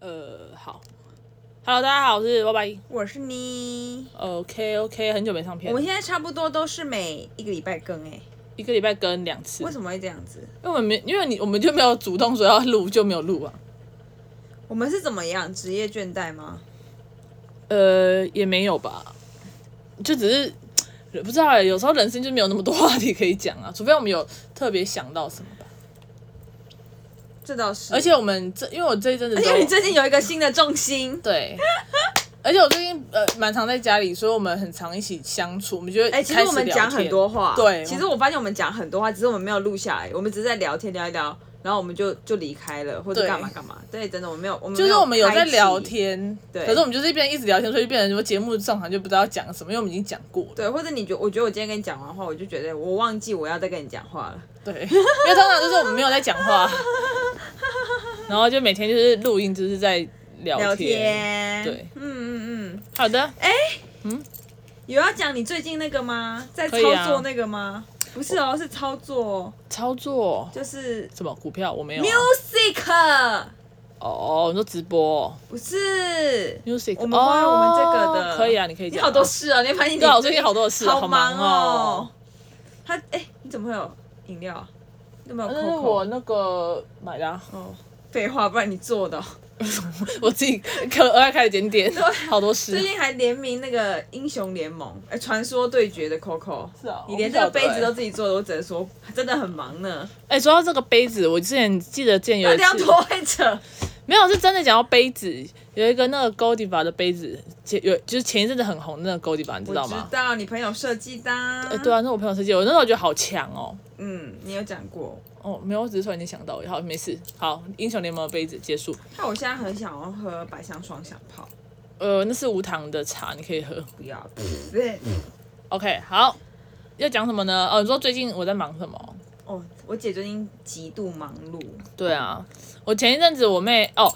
呃好，Hello，大家好，我是 Y Y。我是你。 OK OK，很久没上我片们了，现在差不多都是每一个礼拜更哎、一个礼拜更两次，为因什么会这样子？为我们没，因为你我们就没有主动说要录，就没有录啊。我们是怎么样？职业倦怠吗？呃，也没有吧，就只是不知道哎、有时候人生就没有那么多话题可以讲啊，除非我们有特别想到什么吧。这倒是。而，且我们这，因为我这一阵子而都，且你最近有一个新的重心。对。而且我最近呃蛮常在家里，所以我们很常一起相处，我们就会哎、其实开始我们聊讲很天多话。对其实我发现我们讲很多话，只是我们没有录下来，我们只是在聊天聊一聊，然后我们就就离开了，或者对干嘛干嘛。对，真的我没有，我们就是我们有在开启聊。天，对可是我们就是一边一直聊天，所以就变成什么节目上场就不知道讲什么，因为我们已经讲过了。对，或者你觉，我觉得我今天跟你讲完话，我就觉得我忘记我要再跟你讲话了。对，因为通常就是我们没有在讲 话，然后就每天就是录音，就是在聊天。聊天。对嗯嗯嗯。好的，有要讲你最近那个吗？在操可以啊作那个吗？不是哦，是操作，操作就是什么股票我没有啊、啊 music，哦，你说直播哦不是。 music，我们关于我们这个哦的，可以啊，你可以你讲、好多，事啊，你发现你对啊，我最近好多事，好忙哦。。他哎，你怎么会有饮料啊？你有没有那扣是扣？呃我那个买的、啊，哦，废话，不然你做的哦。我自己可爱开始点点，好多事最。近还联名那个英雄联盟，哎，传说对决的 Coco。是啊你连这个杯子我不晓都得自己做的，我只能说真的很忙呢。哎、说到这个杯子，我之前记得见有到一底要次，多会扯？没有是真的讲到杯子，有一个那个 Goldiva 的杯子，前有就是前一阵子很红的那个 Goldiva，你知道我知吗？道你朋友设计的、啊哎、对啊，那是我朋友设计的，我那时候觉得好强哦。嗯，你有讲过。哦，没有，我只是突然间想到而已，好，没事，好，英雄联盟的杯子结束。那我现在很想要喝百香双响炮，呃，那是无糖的茶，你可以喝。不要。对，嗯 OK，好，要讲什么呢？哦，你说最近我在忙什么？哦，我姐最近极度忙碌，对啊，我前一阵子我妹哦，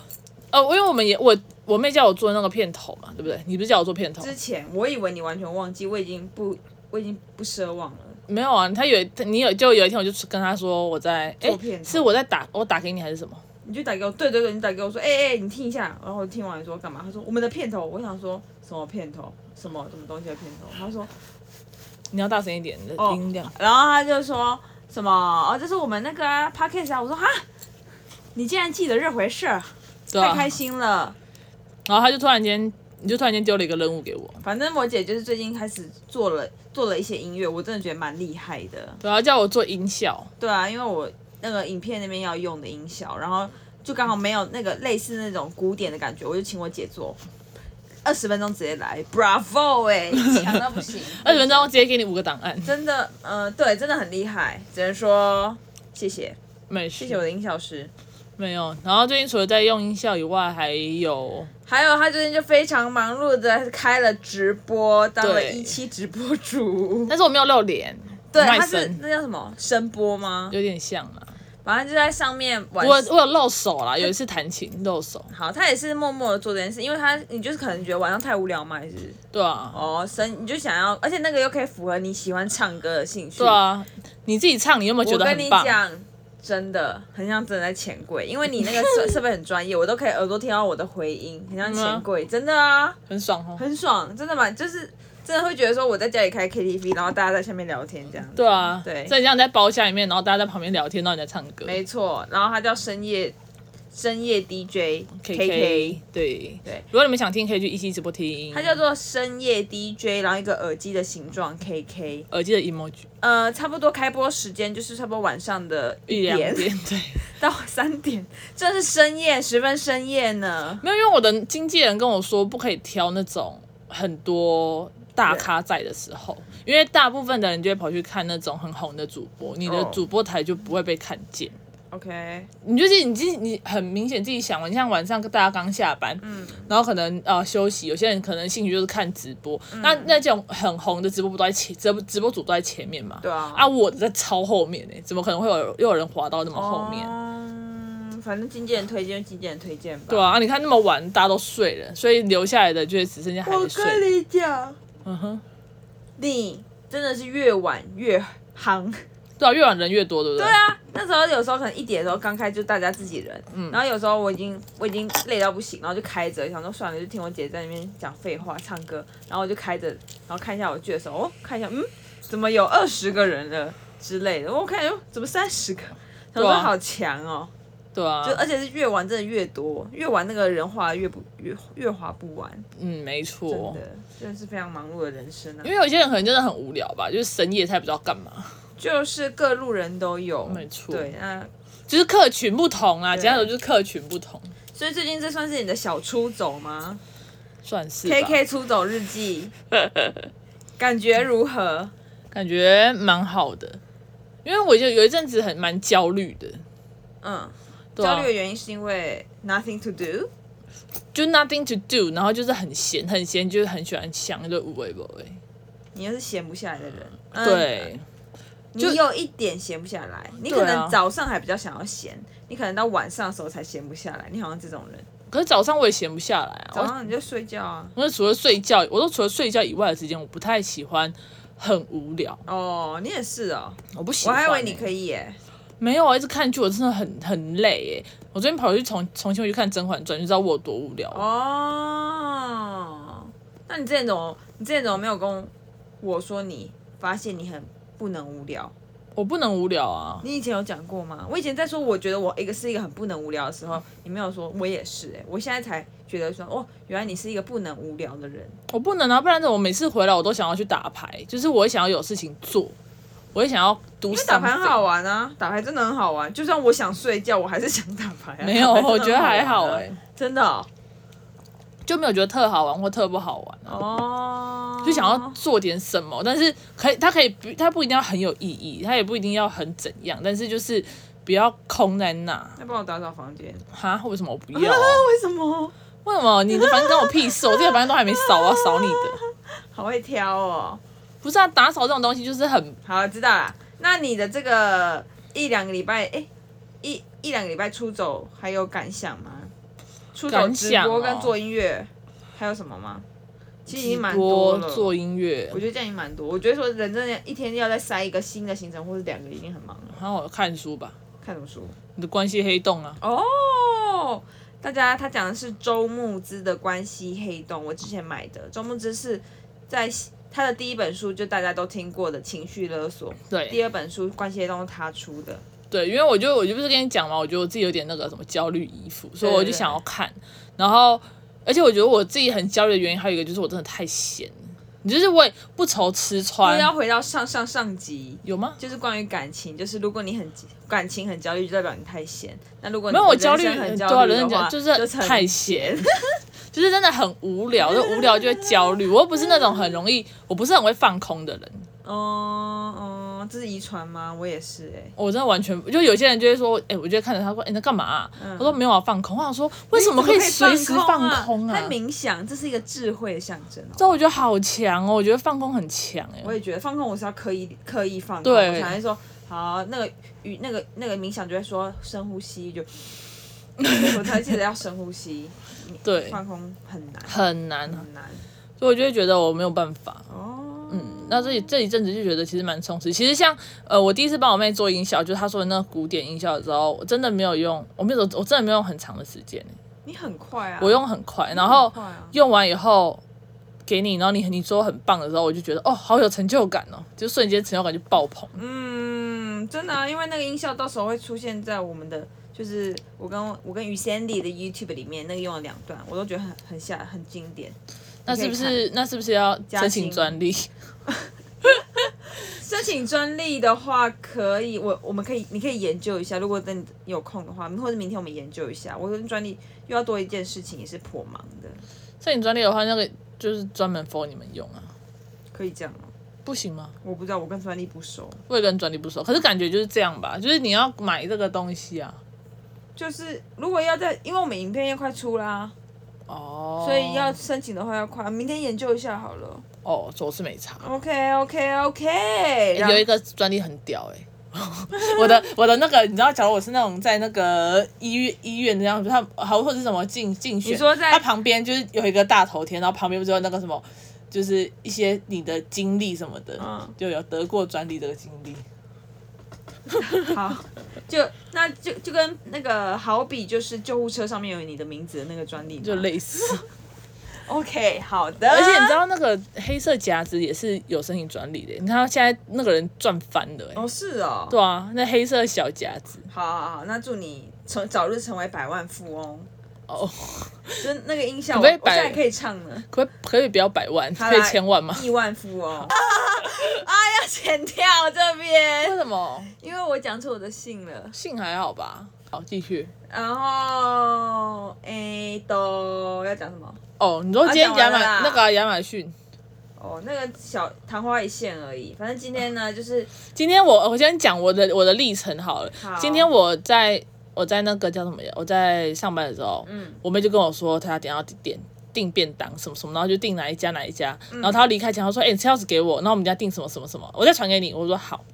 呃，因为我们也我我妹叫我做那个片头嘛，对不对？你不是叫我做片头？之前我以为你完全忘记，我已经不，我已经不奢望了。没有啊，他有一你有就有一天我就跟他说我在做诶片头是我在打我打给你还是什么？你就打给我，对对对，你打给我说，哎、哎、你听一下。然后我听完说干嘛？他说我们的片头，我想说什么片头，什么什么东西的片头。他说你要大声一点你的哦音量。然后他就说什么哦，这是我们那个、啊、podcast 啊。我说哈，你竟然记得这回事儿，对太啊，开心了。然后他就突然间，你就突然间丢了一个任务给我，反正我姐就是最近开始做了做了一些音乐，我真的觉得蛮厉害的。对啊，叫我做音效，，对啊，因为我那个影片那边要用的音效，然后就刚好没有那个类似那种古典的感觉，我就请我姐做，二十分钟直接来，Bravo 哎、强到不行二十分钟直接给你五个档案，真的，呃，对，真的很厉害，只能说谢谢，没谢谢我事，的音效师。没有。然后最近除了在用音效以外，还有还有，她最近就非常忙碌的开了直播，当了对一期直播主。但是我没有露脸，对，卖她是身那叫什么声波吗？有点像啊。反正就在上面玩。我我有露手啦，有一次弹琴露手，好，他也是默默的做这件事，因为他你就是可能觉得晚上太无聊嘛，还是对啊，哦声你就想要，而且那个又可以符合你喜欢唱歌的兴趣。对，啊。你自己唱，你有没有觉我得跟很你棒？讲，真的很像真的在钱柜，因为你那个 设设备很专业，我都可以耳朵听到我的回音，很像钱柜，嗯真的啊，很爽哦。很爽，真的嘛，就是真的会觉得说我在家里开 KTV，然后大家在下面聊天这样子。对啊，对所以像你在包厢里面，然后大家在旁边聊天，然后你在唱歌。没错，然后他叫深夜深夜 DJ K KK K，对对如果你们想听，可以去一期直播听。它叫做深夜 DJ，然后一个耳机的形状 KK，耳机的 emoji，呃，差不多开播时间就是差不多晚上的一一两点点，对。到三点，真是深夜，十分深夜呢。没有，因为我的经纪人跟我说，不可以挑那种很多大咖在的时候，嗯因为大部分的人就会跑去看那种很红的主播，你的哦主播台就不会被看见。 OK，你就是你自己，你很明显自己想嘛，你像晚上大家刚下班，嗯，然后可能呃休息，有些人可能兴趣就是看直播，嗯那那种很红的直播不都在前直播直播主都在前面嘛？对啊啊，我在超后面呢、欸怎么可能会有又有人滑到那么后哦面？嗯，反正经纪人推荐就经纪人推荐吧。对啊，啊你看那么晚大家都睡了，所以留下来的就只剩下还我没跟睡。你讲，嗯哼，你真的是越晚越夯，对啊，越晚人越多，对不对？对对，啊，那时候有时候可能一点的时候刚开就大家自己人，嗯然后有时候我已经我已经累到不行，然后就开着想说算了，就听我姐在那边讲废话唱歌，然后我就开着，然后看一下我剧的时候，哦看一下嗯，怎么有二十个人了之类的，我看哟怎么三十个，他说对啊好强哦，对啊，就而且是越玩真的越多，越玩那个人划越不越越划不完，嗯，没真错。的真的是非常忙碌的人生啊因，为有些人可能真的很无聊吧，就是深夜才不知道干嘛。就是各路人都有，没错对，那就是客群不同啊，简单说就是客群不同，所以最近这算是你的小出走吗？算是吧 K K 出走日 记，感觉如何？感觉蛮好的。因为我就有一阵子很蛮焦虑的，嗯，对啊焦虑的原因是因为 nothing to do。就 nothing to do，然后就是很闲，很闲，就是很喜欢想一堆无为不为。你又是闲不下来的人，嗯，对，你就有一点闲不下来，你对可啊能早上还比较想要闲，你可能到晚上的时候才闲不下来，你好像这种人，可是早上我也闲不下来啊。早我上你就睡觉啊，我就除了睡觉，我都除了睡觉以外的时间，我不太喜欢很无聊，哦，你也是哦，我不喜我欢欸、还以为你可以耶，没有啊，一直看剧，我真的很很累哎。我昨天跑去重重新回去看《甄嬛传》，就知道我有多无聊。哦，那你之前怎么，你之前怎么没有跟我说你发现你很不能无聊？我不能无聊啊，你以前有讲过吗？我以前在说，我觉得我一个是一个很不能无聊的时候，你没有说，我也是、欸。我现在才觉得说，哦，原来你是一个不能无聊的人。我不能啊，不然我每次回来我都想要去打牌，就是我也想要有事情做，我也想要读。因因为打牌很好。玩啊，打牌真的很好玩。就算我想睡觉，我还是想打牌、啊。没有， 打牌真的很我觉得还好玩啊哎、真的哦。就没有觉得特好玩或特不好玩啊，哦就想要做点什么，但是可以，它可以不，它不一定要很有意义，它也不一定要很怎样，但是就是不要空在那那帮我打扫房间。哈，为什么我不 要啊、为什么？为什么你的房间关我屁事？我这个房间都还没扫，我要扫你的。好会挑哦。不是啊，打扫这种东西就是很好，知道啦。那你的这个一两个礼拜，哎、一一两个礼拜出走还有感想吗？出走感直想播哦跟做音乐、还有什么吗？其实已经蛮多多了。做音乐我，觉得这样已经蛮多。我觉得说人真的一天要再塞一个新的行程或者两个已经很忙了。然后看书吧，看什么书？你的关系黑洞啊，哦，大家他讲的是周牧之的《关系黑洞》，我之前买的。周牧之是在他的第一本书就大家都听过的《情绪勒索》，第对二本书《关系黑洞》是他出的。对，因为我就我就不是跟你讲嘛，我觉得我自己有点那个什么焦虑依附，所以我对就对想要看，然后而且我觉得我自己很焦虑的原因还有一个就是我真的太闲了，你就是我也不愁吃又穿，要回到上上上集，有吗？啊就是关于感情，就是如果你很感情很焦虑，就代表你太闲。那如果你没有我人生焦虑，很对焦啊，虑人的家话，就是太闲，就是真的很无聊，就无聊就会焦虑。我又不是那种很容易，我不是很会放空的人，嗯嗯，这是遗传吗？我也是哎、我真的完全就有些人就会说，哎、我就会看着他说，哎、你在干嘛啊、嗯我说没有啊，放空。我想说，为什么可以随时放放空啊太？冥想，这是一个智慧的象征哦。这我觉得好强哦，我觉得放空很强哎、我也觉得放空，我是要刻意刻意放空。对我常会说好，那个与那个那个冥想就会说深呼吸，就 我才记得要深呼吸。你 对放空很难很难啊，很难所以我就会觉得我没有办法。哦。嗯，那这里这一阵子就觉得其实蛮充实。其实像呃，我第一次帮我妹做音效，就是她说的那个古典音效的时候，我真的没有用，我没有，我真的没有用很长的时间、欸你很快啊，我用很快，然后很快啊用完以后给你，然后你你说很棒的时候，我就觉得哦，好有成就感哦，就瞬间成就感就爆棚。嗯，真的、啊，因为那个音效到时候会出现在我们的，就是我跟我跟于 Sandy 的 YouTube 里面，那个用了两段，我都觉得很很下很经典。那是不是那是不是要申请薪专利？ 申请专利的话，可以，我我们可以，你可以研究一下，如果等你有空的话，或者明天我们研究一下。我跟专利又要多一件事情，也是颇忙的，申请专利的话，那个就是专门 for 你们用啊，可以这样吗？不行吗？我不知道，我跟专利不熟，我也跟专利不熟，可是感觉就是这样吧，就是你要买这个东西啊，就是如果要在，因为我们影片也快出啦，哦，所以要申请的话要快，明天研究一下好了。哦，我是没查。 OK OK OK，然后有一个专利很屌哎、 我的我的那个，你知道，假如我是那种在那个医院医院这样，他好或者是什么竞竞选，你说在他旁边就是有一个大头贴，然后旁边不是有那个什么，就是一些你的经历什么的，嗯就有得过专利这个经历。好，就那就就跟那个好比就是救护车上面有你的名字的那个专利嘛，就类似。 OK，好的。 而且你知道那个黑色夹子也是有申请专利的，你看他现在那个人赚翻了、欸，哦，是哦，对啊，那黑色小夹子好好好，那祝你成早日成为百万富翁。哦，就那个音效，可不可以我我现在百可以唱 了。可不可以不要百万，好可以啦千万 吗？亿万富翁。啊，要剪掉这哎为边，什么因为我讲出我的姓了。姓还好吧？好，继续。然后，诶，都要讲什么？哦，你说今天啊亚讲马、完了啦那个啊亚马逊，哦，那个小昙花一现而已。反正今天呢，就是今天我我先讲我的我的历程好了。好今天我在我在那个叫什么呀？我在上班的时候，嗯我妹就跟我说她等一下要点订便当什么什么，然后就订哪一家哪一家，嗯然后她要离开前她说：“哎、你车钥匙给我，然后我们家订什么什么什么，我再传给你。”我说好，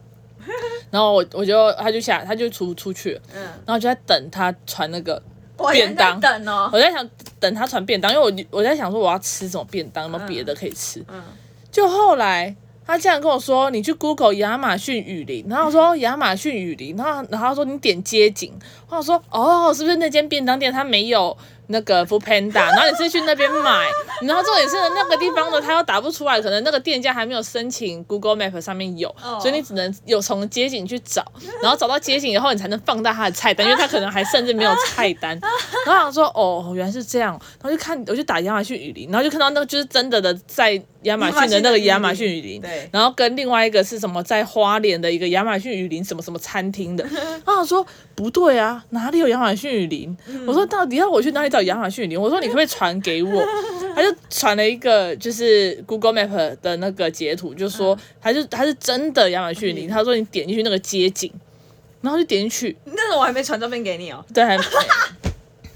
然后我我就她就下她就出出去了，嗯，然后我就在等她传那个。我便当等哦。我在想等她传便当，因为我我在想说我要吃什么便当，有没有别的可以吃？嗯，就后来他竟然跟我说，你去 Google 亚马逊雨林，然后我说亚马逊雨林，然后然后他说你点街景，然后我说哦，是不是那间便当店它没有那个 f o o Panda，然后你是去那边买，然后重点是那个地方的他又打不出来，可能那个店家还没有申请 Google Map 上面有，哦所以你只能有从街景去找，然后找到街景以后你才能放大他的菜单，因为他可能还甚至没有菜单。 然后我想说哦，原来是这样，然后就看我就打亚马逊雨林，然后就看到那个就是真的的在亚马逊的那个亚马逊雨林，对然后跟另外一个是什么在花莲的一个亚马逊雨林什么什么餐厅 的，然后我说不对啊，哪里有亚马逊雨林？我说到底要我去哪里找亚马逊雨林？我说你可不可以传给我？他就传了一个就是 Google Map 的那个截图，就说还是还是真的亚马逊雨林，他说你点进去那个街景，然后就点进去，那种我还没传照片给你哦。 对，还没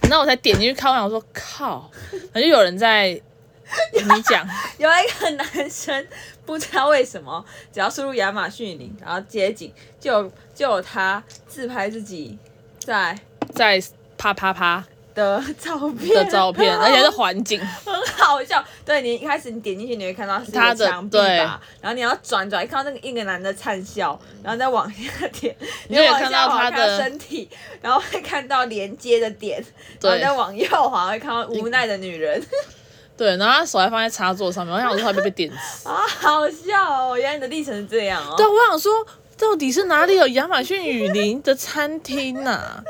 然后我才点进去看，我想说靠，然后就有人在你讲。有一个男生不知道为什么，只要输入亚马逊林，然后街景，就有就有他自拍自己在在啪啪啪的照片的照片，而且是环境，很 好笑。对你一开始你点进去，你会看到是一他个的墙壁对吧，然后你要转转，看到那个一个男的灿笑，然后再往下点， 你就有往看下到他滑看到的身体，然后会看到连接的点，然后对再往右滑会看到无奈的女人，对，然后他手还放在插座上面，我想说他被被电 死。啊，好笑哦！原来你的历程是这样哦。对，我想说到底是哪里有亚马逊雨林的餐厅呐、啊？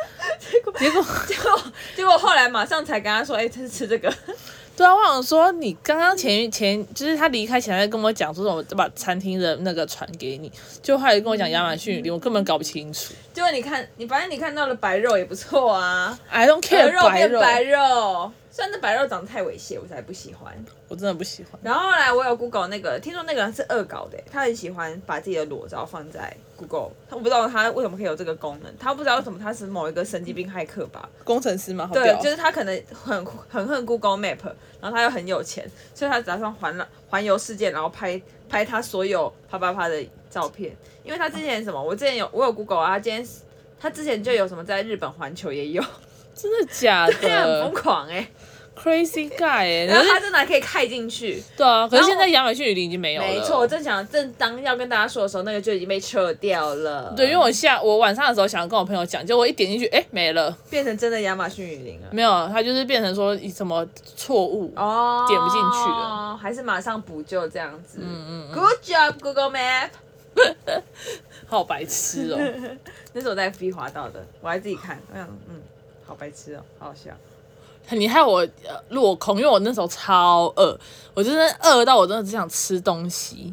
结果结果 结果后来马上才跟他说，哎、这是吃这个， 对啊，我想说你刚刚前前就是他离开前还跟我讲说什么把餐厅的那个传给你，就后来跟我讲亚马逊雨林，我根本搞不清楚。结果你看，你反正你看到了白肉也不错啊， I don't 鹅 care 肉变肉，白肉，虽然那白肉长得太猥亵，我才不喜欢。我真的不喜欢。然后后来我有 Google 那个，听说那个人是恶搞的，欸他很喜欢把自己的裸照放在 Google，他我不知道他为什么可以有这个功能，他不知道为什么他是某一个神经病骇客吧？工程师嘛，好对屌，就是他可能很很恨 Google Map，然后他又很有钱，所以他打算环了环游世界，然后拍拍他所有啪啪啪的照片。因为他之前什么，我之前有我有 Google 啊，他今天他之前就有什么在日本环球也有，真的假他 很的疯狂哎、 ？Crazy guy 哎、然可后是他真的还可以开进去。对啊，可然是后现在亚马逊雨林已经没有了。没错，我正想正当要跟大家说的时候，那个就已经被撤掉了。对，因为我下我晚上的时候想跟我朋友讲，结果我一点进去，哎、没了，变成真的亚马逊雨林了。没有，它就是变成说什么错误。哦，点不进去了，还是马上补救这样子。嗯嗯 Good job Google Map。好白痴哦、 那是我在 FB 滑到的，我还自己看，我想，嗯，好白痴哦、好好笑。你害我呃落空，因为我那时候超饿，我真的饿到我真的只想吃东西。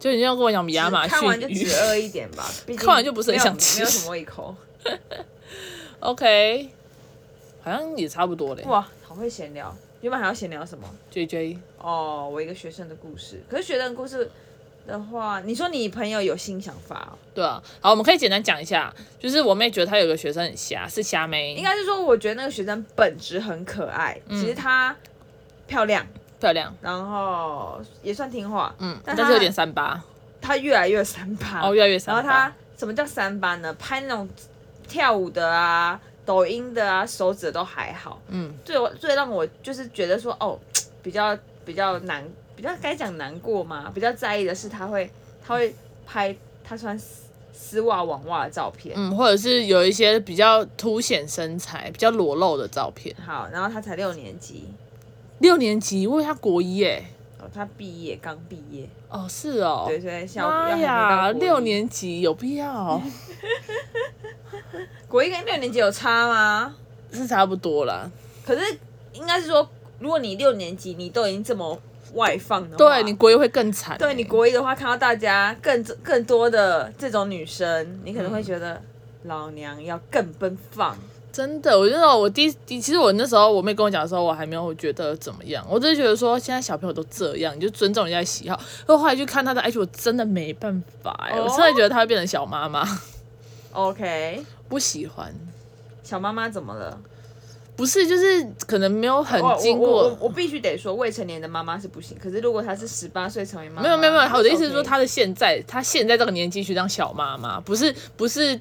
就你就跟我讲亚马看完逊就鱼只饿一点吧，毕竟看完就不是很想吃没有没有什么胃口。 ，OK，好像也差不多嘞。哇，好会闲聊，原本还要闲聊什么？ J J，哦，我一个学生的故事。可是学生的故事的话，你说你朋友有新想法、哦，对啊，好，我们可以简单讲一下，就是我妹觉得她有个学生很瞎，是瞎妹，应该是说，我觉得那个学生本质很可爱，嗯其实她漂亮，漂亮，然后也算听话，嗯，但但她是有点三八，她越来越三八哦，越来越三然八。后他什么叫三班呢？拍那种跳舞的啊、抖音的啊，手指的都还好。嗯，最我最让我就是觉得说，哦，比较比较难，比较该讲难过嘛，比较在意的是他会他会拍他穿丝袜网袜的照片。嗯，或者是有一些比较凸显身材、比较裸露的照片。好，然后他才六年级，六年级，因为他国一哎，哦，他毕业刚毕业，哦是哦，对，所以小妈呀，六年级有必要国一跟六年级有差吗？ 是差不多啦。可是应该是说，如果你六年级你都已经这么外放的话，对你国一会更惨欸，对你国一的话，看到大家更更多的这种女生，你可能会觉得老娘要更奔放。真的，我觉得我第一第其实我那时候我妹跟我讲的时候，我还没有觉得怎么样，我只是觉得说现在小朋友都这样，你就尊重人家的喜好。然后后来去看她的 IG，我真的没办法欸我真的觉得她会变成小妈 妈， OK，不喜欢。小妈妈怎么了？不是，就是可能没有很哦我经我我过我，我必须得说，未成年的妈妈是不行。可是如果她是十八岁成为妈妈，没有没有没有，我的意思是 OK 说，她的现在，她现在这个年纪去当小妈妈，不是不是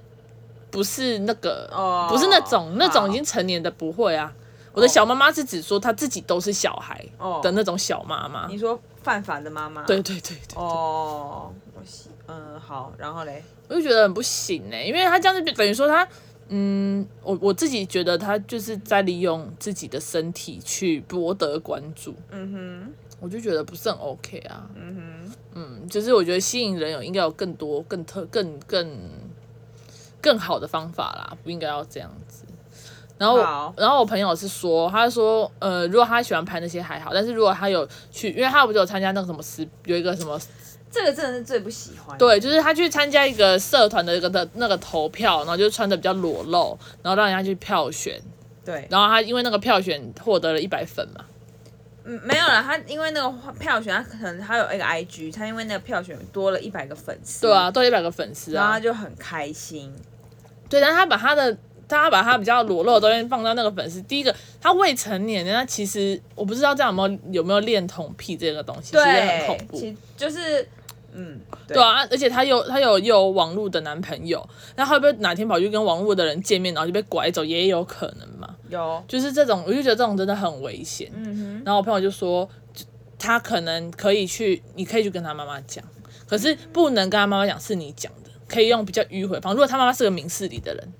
不是那个，哦不是那种那种好已经成年的不会啊。我的小妈妈是指说她自己都是小孩哦的那种小妈妈。你说犯法的妈妈，对对对对，哦，我喜嗯好，然后嘞，我就觉得很不行呢、因为她这样子就等于说她，嗯，我我自己觉得她就是在利用自己的身体去博得关注，嗯我就觉得不是很 OK 啊。哼，嗯哼，嗯，就是我觉得吸引人有应该有更多、更特、更更更好的方法啦，不应该要这样子。然后好我，然后我朋友是说，他说，呃，如果他喜欢拍那些还好，但是如果他有去，因为他不是有参加那个什么十，有一个什么，这个真的是最不喜欢的。对，就是他去参加一个社团的一个的那个投票，然后就穿的比较裸露，然后让人家去票选，对，然后他因为那个票选获得了一百分嘛，嗯没有了。她因为那个票选，她可能她有一个 IG，她因为那个票选多了一百个粉丝，对啊，，多一百个粉丝嗯然后啊她，就很开心。对，但是他把他的，他把他比较裸露的东西放到那个粉丝。第一个，他未成年，那其实我不知道这样有没有有没有恋童癖这个东西，其实很恐对，怖。其就是嗯，对对啊，而且他有他有又有网络的男朋友，那会不会哪天跑去跟网络的人见面，然后就被拐走，也有可能嘛？有，就是这种，我就觉得这种真的很危险。嗯哼，然后我朋友就说，就他可能可以去，你可以去跟他妈妈讲，可是不能跟他妈妈讲是你讲的，可以用比较迂回的方式。如果他妈妈是个明事理的人，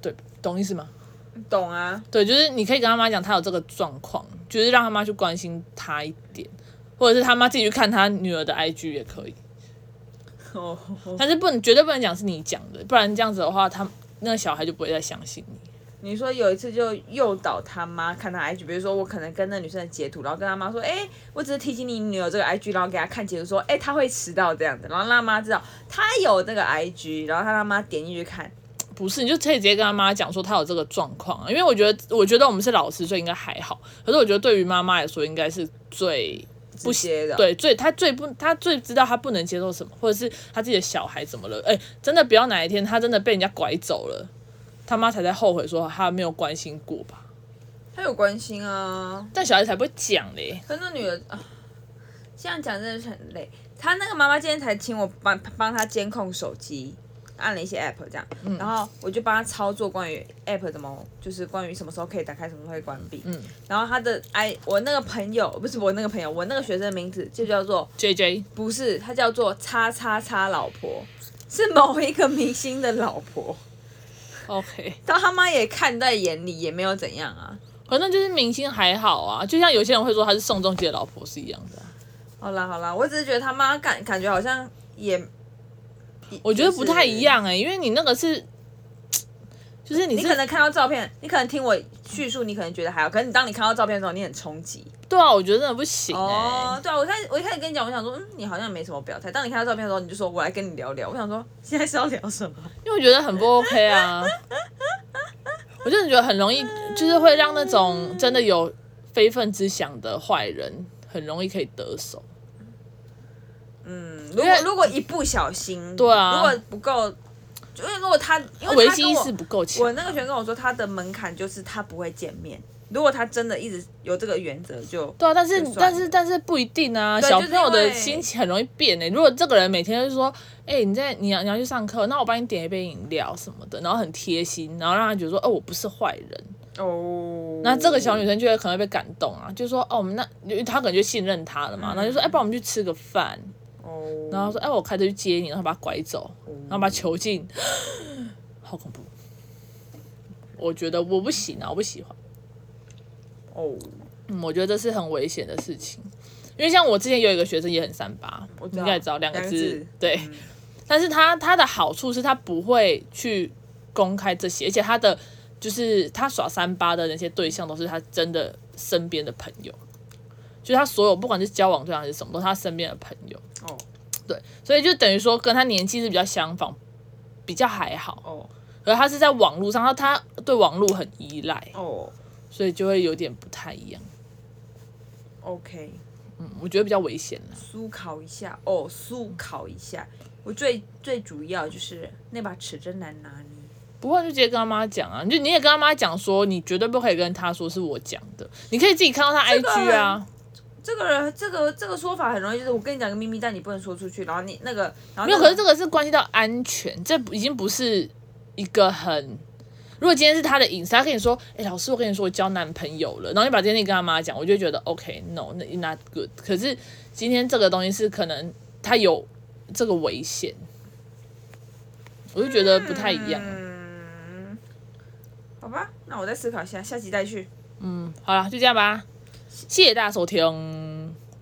对，懂意思吗？懂啊， 对，就是你可以跟他妈讲他有这个状况，就是让他妈去关心他一点，或者是他妈自己去看他女儿的 IG 也可以，哦，但是不能绝对不能讲是你讲的，不然这样子的话，他那个小孩就不会再相信你。你说有一次就诱导他妈看他 IG，比如说我可能跟那女生的截图，然后跟他妈说，哎、我只是提醒你你有这个 IG，然后给他看截图说，哎、他会迟到这样子，然后让他妈知道他有这个 IG，然后他让妈点进去看，不是，你就可以直接跟他妈讲说他有这个状况、啊，因为我觉得，我觉得我们是老师，所以应该还好。可是我觉得对于妈妈来说，应该是最不直接的对，最她最不，她最知道她不能接受什么，或者是她自己的小孩怎么了。哎、真的不要哪一天她真的被人家拐走了，他妈才在后悔说她没有关心过吧。他有关心啊，但小孩才不会讲嘞，可是那女的啊，这样讲真的是很累。她那个妈妈今天才请我帮帮她监控手机，按了一些 app 这样，然后我就帮她操作关于 app 怎么，就是关于什么时候可以打开，什么时候可以关闭。嗯然后她的 i 我那个朋友不是我那个朋友，我那个学生的名字就叫做，J J，不是，她叫做叉叉叉老婆，是某一个明星的老婆。 OK，但他妈也看在眼里，也没有怎样啊。可能就是明星还好啊，就像有些人会说她是宋仲基的老婆是一样的啊、好啦好啦，我只是觉得他妈感感觉好像也，我觉得不太一样。样哎、因为你那个是，就是你你是可能看到照片，你可能听我叙述，你可能觉得还好，可是你当你看到照片的时候，你很冲击。对啊，我觉得真的不行哎、哦，对啊，我一开始我一开始跟你讲，我想说，嗯，你好像没什么表态。当你看到照片的时候，你就说我来跟你聊聊。我想说，现在是要聊什么？因为我觉得很不 OK 啊。 我真的觉得很容易，就是会让那种真的有非分之想的坏人，很容易可以得手。嗯，如果如果一不小心，对啊如果不够，就因为如果他因为危他机跟意我识不够我强，那个学生跟我说，他的门槛就是他不会见面。如果他真的一直有这个原则，就对啊，但是就算了但是但是不一定啊。对小朋友就是因的为心情很容易变欸诶、如果这个人每天就说，哎、你在你要你要去上课，那我帮你点一杯饮料什么的，然后很贴心，然后让他觉得说，哦，我不是坏人。哦，那这个小女生就会可能会被感动啊，就说哦，我们那因为她可能就信任他了嘛，然后就说哎，帮我们去吃个饭，哦，然后说哎我开车去接你，然后把他拐走，然后把他囚禁， 好恐怖。我觉得我不行啊，我不喜欢。哦，嗯，我觉得这是很危险的事情，因为像我之前有一个学生也很三八，我知你道应该也知道两个两个字字，嗯对。但是他他的好处是他不会去公开这些，而且他的就是他耍三八的那些对象都是他真的身边的朋友，就是他所有不管是交往对象还是什么，都是他身边的朋友。哦对，所以就等于说跟他年纪是比较相仿，比较还好。哦而他是在网络上，他他对网络很依赖，哦所以就会有点不太一样。 ，OK，嗯，我觉得比较危险啦。思考一下，哦，思考一下，我最最主要就是那把尺真难拿捏。不过就直接跟他妈讲啊，你就你也跟他妈讲说，你绝对不可以跟他说是我讲的，你可以自己看到他 IG 啊，这个人，这个这个说法很容易，就是我跟你讲个秘密，但你不能说出去，然后你那个，然后那没有，个可是这个是关系到安全，这已经不是一个很。如果今天是他的隐私，他跟你说：“哎、老师，我跟你说，我交男朋友了。”然后你把这件事情跟他妈讲，我就觉得 OK，no，那 not good。可是今天这个东西是可能他有这个危险，我就觉得不太一样。嗯，好吧，那我再思考一下，下集再去。好了，就这样吧，谢谢大家收听，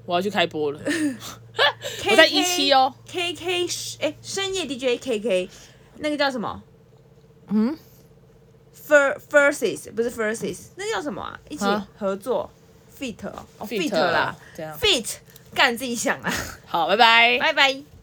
我要去开播了，我我在一期哦哦。 ，K K，哎，深夜 DJ K K，那个叫什么？嗯，Fur Furses 不是 Furses，那叫什么啊？一起啊合作，Fit 哦哦 fit 啦这样，Fit 干自己想啦，啊好，拜拜。拜拜。